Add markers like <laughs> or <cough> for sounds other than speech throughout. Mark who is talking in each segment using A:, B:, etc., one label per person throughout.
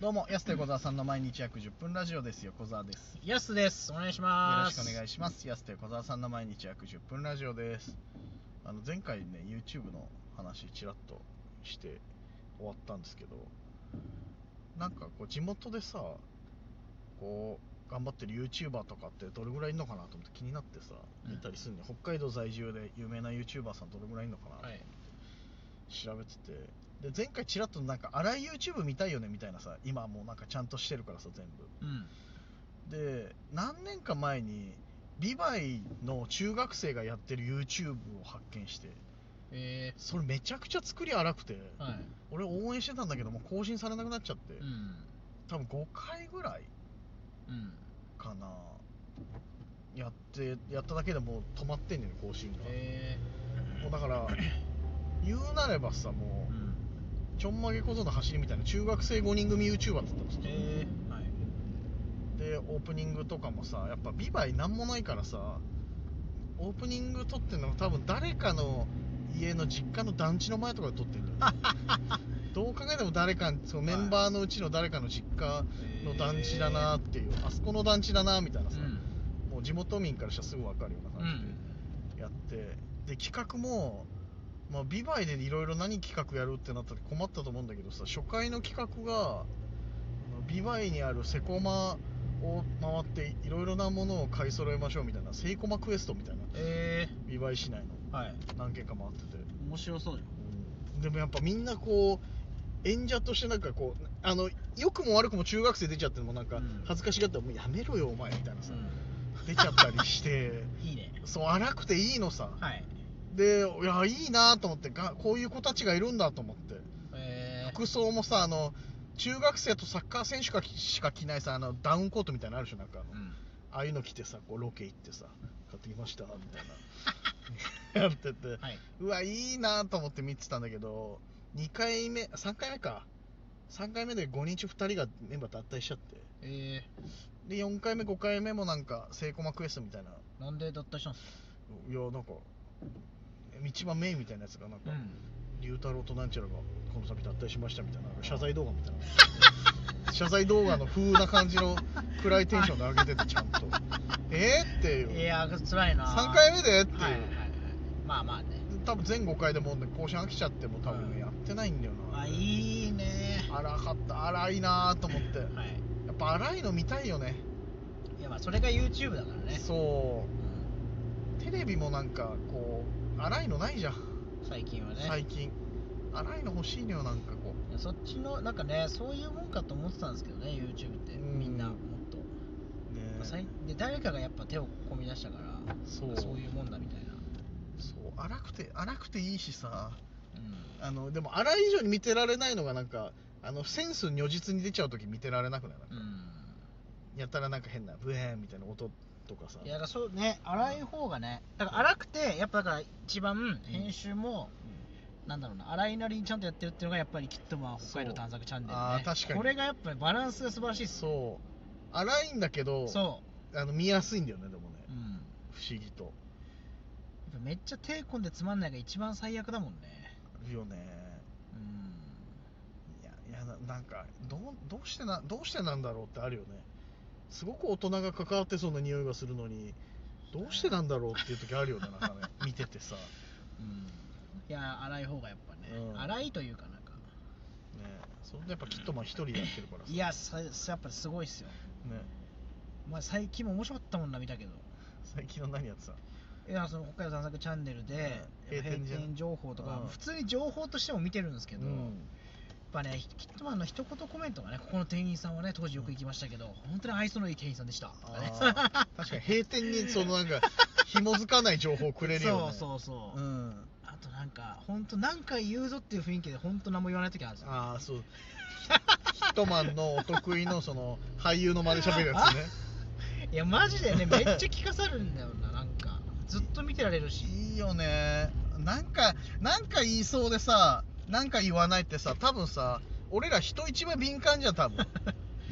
A: どうも、安手小沢さんの毎日約10分ラジオですよ、小沢です。よ
B: ヤスです。お願いしま
A: ろし
B: す。
A: くお願い
B: し
A: します。安手小沢さんの毎日約10分ラジオです。あの、前回ね、YouTube の話、ちらっとして終わったんですけど、なんかこう、地元でさ、こう、頑張ってる YouTuber とかってどれぐらいいるのかなと思って気になってさ、
B: うん
A: 見たりするの、北海道在住で有名な YouTuber さんどれぐらいいるのかな
B: はい。
A: 調べててで前回ちらっとなんか荒い YouTube 見たいよねみたいなさ今はもうなんかちゃんとしてるからさ全部
B: うん。
A: で何年か前にビバイの中学生がやってる YouTube を発見して
B: え
A: それめちゃくちゃ作り荒くて
B: ー、はい。
A: 俺応援してたんだけどもう更新されなくなっちゃって、
B: うん。
A: 多分5回ぐらい
B: うん。
A: かなやってやっただけでもう止まってんのよ更新が、
B: え
A: もうだから言うなればさも
B: ー、う
A: う、
B: ん。
A: ちょんまげ小僧の走りみたいな中学生5人組 YouTuber だったんですよ
B: えー、はい。
A: でオープニングとかもさやっぱ「ビバイなんもないからさオープニング撮ってんのも多分誰かの家の実家の団地の前とかで撮ってん <laughs> だよどう考えても誰かそのメンバーのうちの誰かの実家の団地だなっていう、あそこの団地だなみたいなさ、もう地元民からしたらすぐ分かるような
B: う
A: 感じで
B: ん。
A: やって、で企画も、まあ、ビバイでいろいろ何企画やるってなったら困ったと思うんだけどさ初回の企画があのビバイにあるセコマを回っていろいろなものを買い揃えましょうみたいなセイコマクエストみたいな
B: え
A: ビバイ市内の
B: ー、はい。
A: 何軒か回ってて、
B: 面白そうじ
A: でもやっぱみんなこう演者としてなんかこうあの良くも悪くも中学生出ちゃってもなんか
B: うん
A: 恥ずかしがってもうやめろよお前みたいな
B: ゃ
A: さ、
B: ん。う
A: 出ちゃったりして <laughs>
B: ん。いいね。
A: そう荒くていいのさ、
B: はい。
A: でいやいいなと思ってがこういう子たちがいるんだと思って
B: えー、
A: 服装もさあの中学生とサッカー選手がしか着ないさあのダウンコートみたいなのあるでしょなんかあの
B: うん。
A: ああいうの着てさこうロケ行ってさ買ってきましたみたいな <laughs> やってて
B: はい。
A: うわいいなと思って見てたんだけど2回目3回目か3回目で5人中2人がメンバー脱退しちゃって
B: え
A: で4回目5回目もなんかセイコマクエストみたいな
B: ー、なんで脱退したんですか
A: いやなんか一番メインみたいなやつがなんか、龍太郎となんちゃらがこの度脱退しましたみたいな謝罪動画みたいな
B: <laughs>
A: 謝罪動画の風な感じの暗いテンションで上げててちゃ
B: <laughs>
A: んとえーっていう
B: いやー、辛いなー。
A: 3回目でっていう、
B: はいはいはい。まあまあね。
A: 多分前5回でもうね更新飽きちゃってもう多分ね
B: はい
A: やってないんだよな、
B: あ、いいね
A: 荒かった荒いなーと思ってや
B: ー。はい。
A: っぱ荒いの見たいよね
B: いや、まあ、それが YouTube だからね。
A: そううテレビもなんかこう荒いのないじゃん、
B: ん。最近はね。
A: 最近荒いの欲しいのよなんかこう
B: いやそっちのなんかねそういうもんかと思ってたんですけどね YouTube って
A: うん
B: みんなもっと、
A: ね
B: まあ最で誰かがやっぱ手を込み出したから
A: そう
B: そういうもんだみたいな、
A: そう荒くて荒くていいしさ
B: うん、
A: あのでも荒い以上に見てられないのがなんかあのセンス如実に出ちゃう時見てられなくないなんか、やたらなんか変なブエーンみたいな音とかさ
B: いやだからそうね荒い方がねだから荒くてやっぱだから一番編集も、なんだろうな荒いなりにちゃんとやってるっていうのがやっぱりきっとまあ北海道探索チャンネル、ね、
A: あー確かに
B: これがやっぱりバランスが素晴らしいっす
A: そう荒いんだけど
B: そ
A: あの見やすいんだよねでもね
B: う、うん、や
A: 不思議と
B: っぱめっちゃ手込んでつまんないが一番最悪だもんね
A: いるよね
B: うん
A: いやいやななんかどうどうしてなどうしてなんだろうってあるよねすごく大人が関わってそうな匂いがするのにどうしてなんだろうっていう時あるよねなんかね見ててさ
B: うんいや荒い方がやっぱね、
A: うん
B: 荒いというかなんか
A: ねそれでやっぱきっとまあ一人でやってるからさ
B: いやさやっぱりすごいっすよ
A: ね
B: まあ最近も面白かったもんな見たけど
A: 最近の何やってた
B: いやその北海道探索チャンネルで、
A: うん
B: やっぱ
A: 閉店じゃん
B: 閉店情報とか、
A: うん
B: 普通に情報としても見てるんですけど、
A: う
B: やっ
A: ん
B: ぱねヒキットマンの一言コメントがねここの店員さんはね当時よく行きましたけど、本当に愛想のいい店員さんでしたとかね
A: あー確かに閉店にそのなんか紐づかない情報をくれるよね
B: そうそうそう、
A: ん
B: あとなんか本当なんか言うぞっていう雰囲気で本当何も言わない時あるんですよ
A: ああそうヒットマンのお得意のその俳優の真似しゃべるやつね
B: いやマジでねめっちゃ聞かされるんだよななんかずっと見てられるし
A: いいよねなんかなんか言いそうでさなんか言わないってさ多分さ俺ら人一倍敏感じゃん多 <laughs> 分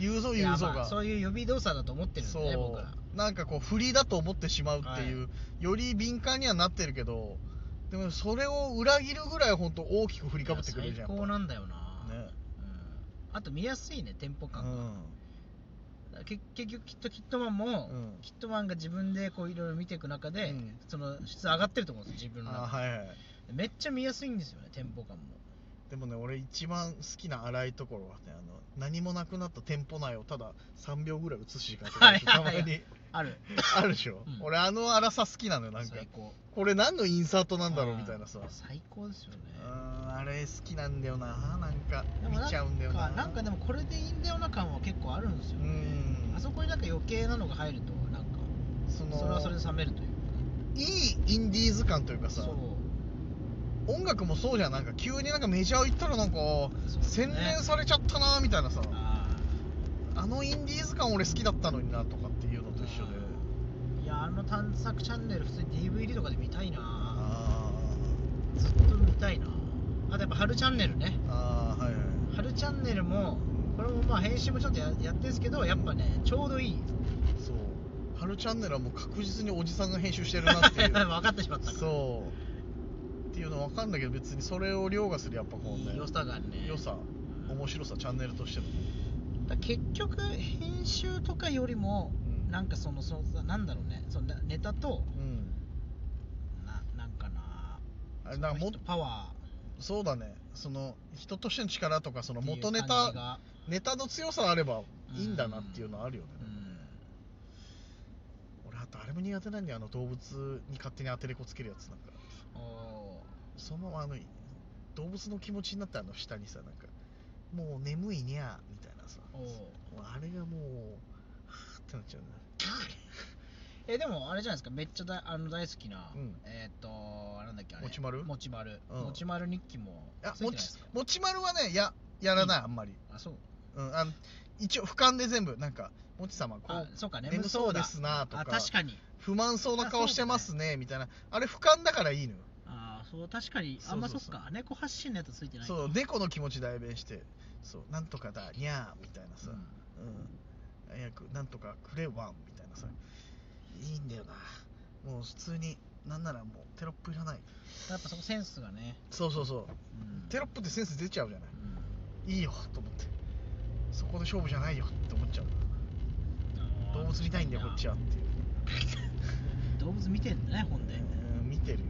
A: 言うぞ
B: い
A: 言
B: や
A: うぞ
B: まあ
A: が
B: そういう呼び動作だと思ってるんでね僕は
A: なんかこう振りだと思ってしまうっていう、より敏感にはなってるけどでもそれを裏切るぐらい本当大きく振りかぶってくれるじゃん
B: いや最高なんだよな、
A: ね
B: うんあと見やすいねテンポ感が、け結局きっとキットマンも、
A: うん
B: キットマンが自分でこういろいろ見ていく中で、
A: うん
B: その質上がってると思うんですよ自
A: う
B: 分
A: ん
B: の
A: あ
B: 中で
A: はいはい
B: めっちゃ見やすいんですよねテンポ感も
A: でもね俺一番好きな荒いところはねあの何もなくなった店舗内をただ3秒ぐらい映す時間とか
B: はい
A: たま
B: はい <laughs>
A: に
B: ある
A: あるでしょ、
B: うん
A: 俺あの荒さ好きなのよなんか
B: 最高
A: これ何のインサートなんだろうみたいなさ
B: あー最高ですよね
A: うんあれ好きなんだよななんか
B: でも
A: 見
B: なん
A: ちゃうんだよ
B: か
A: な
B: なんかでもこれでいいんだよな感は結構あるんです
A: う
B: よね
A: ん
B: あそこになんか余計なのが入るとなんか
A: その
B: それはそれで冷めるというか
A: いいインディーズ感というかさ
B: そう
A: 音楽もそうじゃんなんか急になんかメジャー行ったらなんか、
B: そうですね
A: 洗練されちゃったなみたいなさ
B: あ
A: あのインディーズ感俺好きだったのになとかっていうのと一緒で
B: ーいやあの探索チャンネル普通に DVD とかで見たいな
A: あ
B: ずっと見たいなあとやっぱ春チャンネルね
A: ーあーはいはい
B: 春チャンネルもこれもまあ編集もちょっとややってんですけどやっぱねちょうどいい
A: そう春チャンネルはもう確実におじさんが編集してるなってい
B: 分
A: う
B: かってし <laughs> まったから
A: そうっていうの分かんだけど別にそれを凌駕するやっぱこうね
B: いい良さがあるね
A: 良さ面白さチャンネルとしての
B: だから結局編集とかよりも、
A: うん
B: なんかそのそのなんだろうねそのなネタと
A: うん
B: ななんかな
A: あれなんかもっ
B: その人パワ
A: そうだねその人としての力とかそ
B: ー
A: の
B: っていう
A: 元ネ
B: 感
A: タ
B: じが
A: ネタの強さあればいいんだなっていうのはあるよね、
B: うん
A: 俺あとあれも苦手なんだよあの動物に勝手に当てれこつけるやつなんか
B: お
A: そのあの動物の気持ちになってあの下にさなんかもう眠いにゃーみたいなさ
B: ーおー
A: もうあれがもうはぁってなっちゃうね
B: えでもあれじゃないですかめっちゃだあの大好きな、
A: うん
B: えーっ、となんだっけあれ
A: もちまる
B: もちまる、
A: うん
B: もちまる日記も
A: あ
B: ついてな
A: も
B: いで
A: ち
B: すか
A: もち丸はねややらないあんまり、
B: あそう
A: うん、あの一応俯瞰で全部なんかもち様こ
B: あ
A: う
B: そうか
A: 眠
B: 眠
A: そ
B: そうう
A: で
B: だ
A: すなとか
B: あ確かに
A: 不満そうな顔してますねみたいなあれ俯瞰だからいいのよ
B: あーそう確かに
A: そうそうそう
B: あんまそっか猫発信のやつついてないか
A: そう猫の気持ち代弁してそうなんとかだにゃーみたいなさ、
B: うん
A: うん、早くなんとかくれワンみたいなさいいんだよなもう普通になんならもうテロップいらない
B: やっぱそこセンスがね、
A: そうそうそう、
B: うん
A: テロップってセンス出ちゃうじゃな
B: うん
A: いいいよと思ってそこで勝負じゃないよって思っちゃう
B: あー
A: 動物見たいんだよこっちはっていう、
B: 動物見てんだね本で、
A: えー見てるよ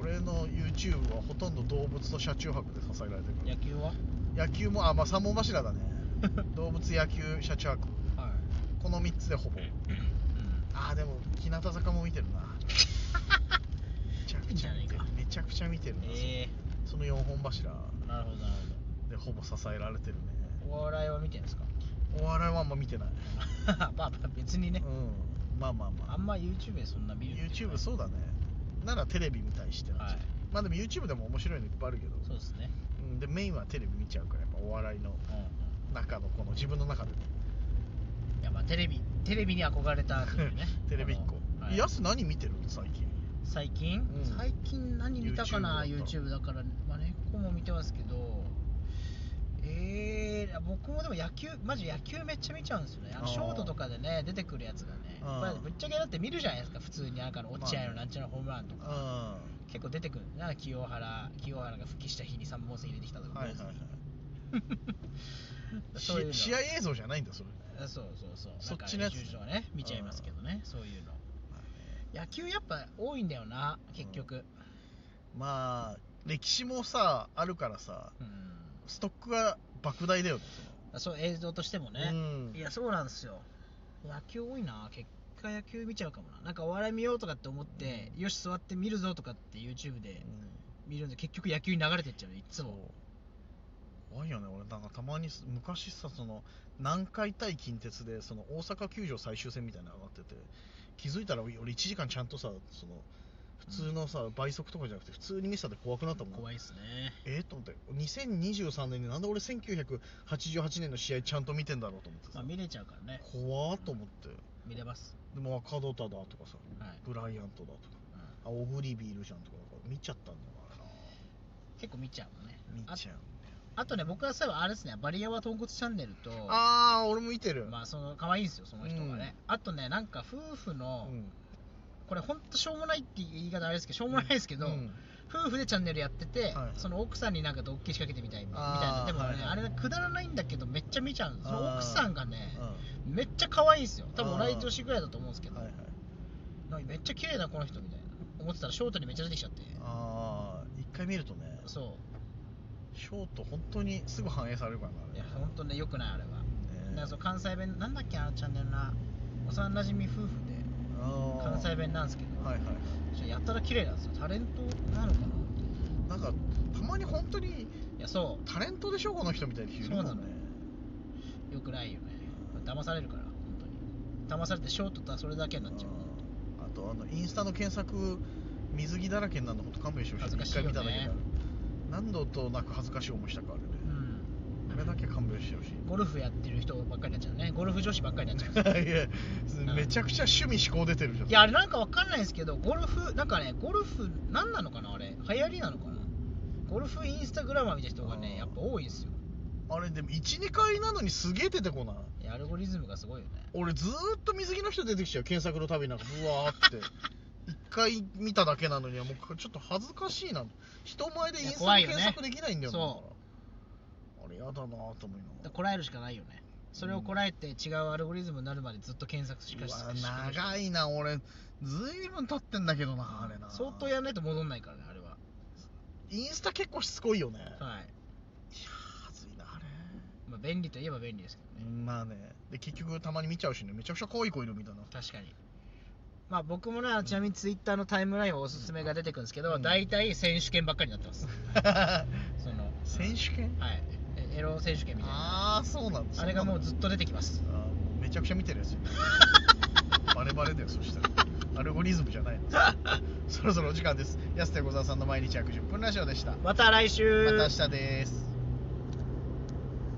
A: 俺の YouTube はほとんど動物と車中泊で支えられてる
B: 野球は
A: 野球もあまあ三本柱
B: <laughs>
A: だね動物野球車中泊
B: はい、
A: この3つでほぼああでも日向坂も見てるなめちゃくちゃ見てる
B: いいんじゃないか
A: めちゃくちゃ見てるな、
B: え
A: その4本柱
B: ー、なるほどなる
A: でほぼ支えられてるね
B: ほどお笑いは見てんですか
A: お笑いはあんま見てない、
B: まあ <laughs> まあ別にね、
A: うんまあまあまあ
B: あんま YouTube でそんな見るっていうか
A: YouTube そうだねならテレビ見たりしてる、
B: はい
A: まあでも YouTube でも面白いのいっぱいあるけど
B: そうですね
A: うん、でメインはテレビ見ちゃうからやっぱお笑いの
B: うんうん
A: 中のこの自分の中で
B: いやまあテレビテレビに憧れたという <laughs> ね
A: <laughs> テレビっ子
B: このはい
A: やす何見てるの最近
B: 最近、
A: うん
B: 最近何見たか
A: YouTube だっ
B: な
A: た
B: YouTube だから、まあ、猫も見てますけどえー、僕もでも野球マジ野球めっちゃ見ちゃうんですよねあの
A: あー
B: ショートとかでね出てくるやつがね
A: うん
B: まあぶっちゃけだって見るじゃないですか普通になんかの
A: まあね
B: 落合のなんちゃらホームランと
A: うん
B: か、
A: は
B: 結構出てくるな清原清原が復帰した日に3本線入れてきたと
A: い
B: か、
A: はいはい
B: <laughs> そういうの
A: し試合映像じゃないんだそれ
B: あそうそうそう
A: そっちのやつ
B: なんか YouTube とかね見ちゃいますけどねそういうの野球やっぱ多いんだよな結局
A: まあ歴史もさあるからさ
B: うん
A: ストックが莫大だよね
B: あそう映像としても
A: う
B: ね、
A: ん
B: いやそうなんですよ野球多いな結果野球見ちゃうかもななんかお笑い見ようとかって思って、よし座って見るぞとかって YouTube で見るんで結局野球に流れてっちゃういつ
A: そう
B: も
A: 怖いよね俺なんかたまにす昔さその南海対近鉄でその大阪球場最終戦みたいなのがあってて気づいたら俺1時間ちゃんとさその普通のさ、倍速とかじゃなくて普通に見せたで怖くなったもん
B: 怖いですね
A: えー、と思って2023年になんで俺1988年の試合ちゃんと見てんだろうと思って
B: ま
A: さ、
B: あ見れちゃうからね
A: 怖ーと思って
B: 見れます
A: でもあ角田だとかさ
B: はい、
A: ブライアントだとか
B: う
A: あ
B: ん
A: オグリビーいるじゃんとかなんか見ちゃったんだよあれな
B: 結構見ちゃうもんね
A: 見
B: あ
A: ちゃう
B: あとね僕はそういえばあれですねバリアワ豚骨チャンネルと
A: ああー俺も見てる、
B: まあその可愛いんですよその人がね、あとねなんか夫婦の
A: うん、
B: ここれほんとしょうもないって言い方あれですけどしょうもないですけど、
A: うん
B: 夫婦でチャンネルやってて、
A: はい
B: その奥さんになんかドッキリ仕掛けてみたいみたい
A: あー
B: なでもね、
A: はい
B: あれくだらないんだけどめっちゃ見ちゃうんですその
A: あー
B: 奥さんがね
A: う
B: めっちゃ可愛いんですよ
A: あ
B: 多分
A: ー
B: 同い年ぐらいだと思うんですけ
A: ん
B: ど、
A: はいはい
B: なんかめっちゃ綺麗だこの人みたいな思ってたらショートにめっちゃ出てきちゃって
A: ああ一回見るとね
B: そ
A: ショート本当にすぐ反映されるからなあ
B: うい
A: れ
B: やほんとねよくないあれは、
A: ね
B: だからその関西弁なんだっけあのチャンネルな幼馴染み夫婦で
A: あー
B: 関西弁なんですけど、
A: はいはいはい
B: ちょやったら綺麗なんですよタレントなのか
A: な
B: な
A: んかたまに本当に
B: いやそ
A: タレントでしょこの人みたいな人いるもんね
B: そうなのようよくないよね騙されるから本当に騙されてショートったらそれだけになっちゃう
A: あーあとあのインスタの検索水着だらけになるのほんと勘弁してほしい
B: 恥ずかしいよね
A: 一回見ただけで何度となく恥ずかしい思いしたかあれね
B: うん
A: あれだけ勘弁して
B: <laughs>
A: ほしい
B: ゴルフやってる人ばっかりになっちゃうねゴルフ女子ばっかりになっちゃ
A: <laughs>
B: う
A: いやめちゃくちゃ趣味思考出てるじゃん
B: いやあれなんかわかんないですけどゴルフなんかねゴルフ何なのかなあれ流行りなのかなゴルフインスタグラマーみたいな人が
A: あ
B: ね
A: ー
B: やっぱ多いんですよ
A: あれでも12回なのにすげえ出てこない
B: いやアルゴリズムがすごいよね
A: 俺ずーっと水着の人出てきちゃう検索のたびになんかブワー
B: <laughs>
A: って一回見ただけなのにはもうちょっと恥ずかしいな人前でインスタの
B: 怖いよね
A: 検索できないんだよな
B: そ
A: あれやだなーと思い
B: だ
A: な
B: こらえるしかないよねそれをこらえて違うアルゴリズムになるまでずっと検索しかし
A: がら
B: し
A: うわ
B: し
A: 長いな俺ずいぶん経ってんだけどなあれな
B: 相当やらないと戻んないからねあれは
A: インスタ結構しつこいよね
B: はい、
A: 恥ずいなあれ
B: まあ、便利といえば便利ですけどね
A: まあねで結局たまに見ちゃうしねめちゃくちゃ可愛い子いるみたいな
B: 確かにまあ僕もねちなみにツイッターのタイムラインはおすすめが出てくるんですけ
A: う
B: ど
A: ん
B: 大体、選手権ばっかりになってます <laughs> その
A: 選手権
B: はいえエロ選手権みたいな
A: ああそうなんだ
B: あれがもう
A: そ
B: ずっと出てきます
A: <laughs> んなのあーもうめちゃくちゃ見てるやつよバレバレだよそしたら
B: <laughs>
A: アルゴリズムじゃないのそろそろお時間です安手小沢さんの毎日約10分ラジオでしたま
B: また来週
A: た明日です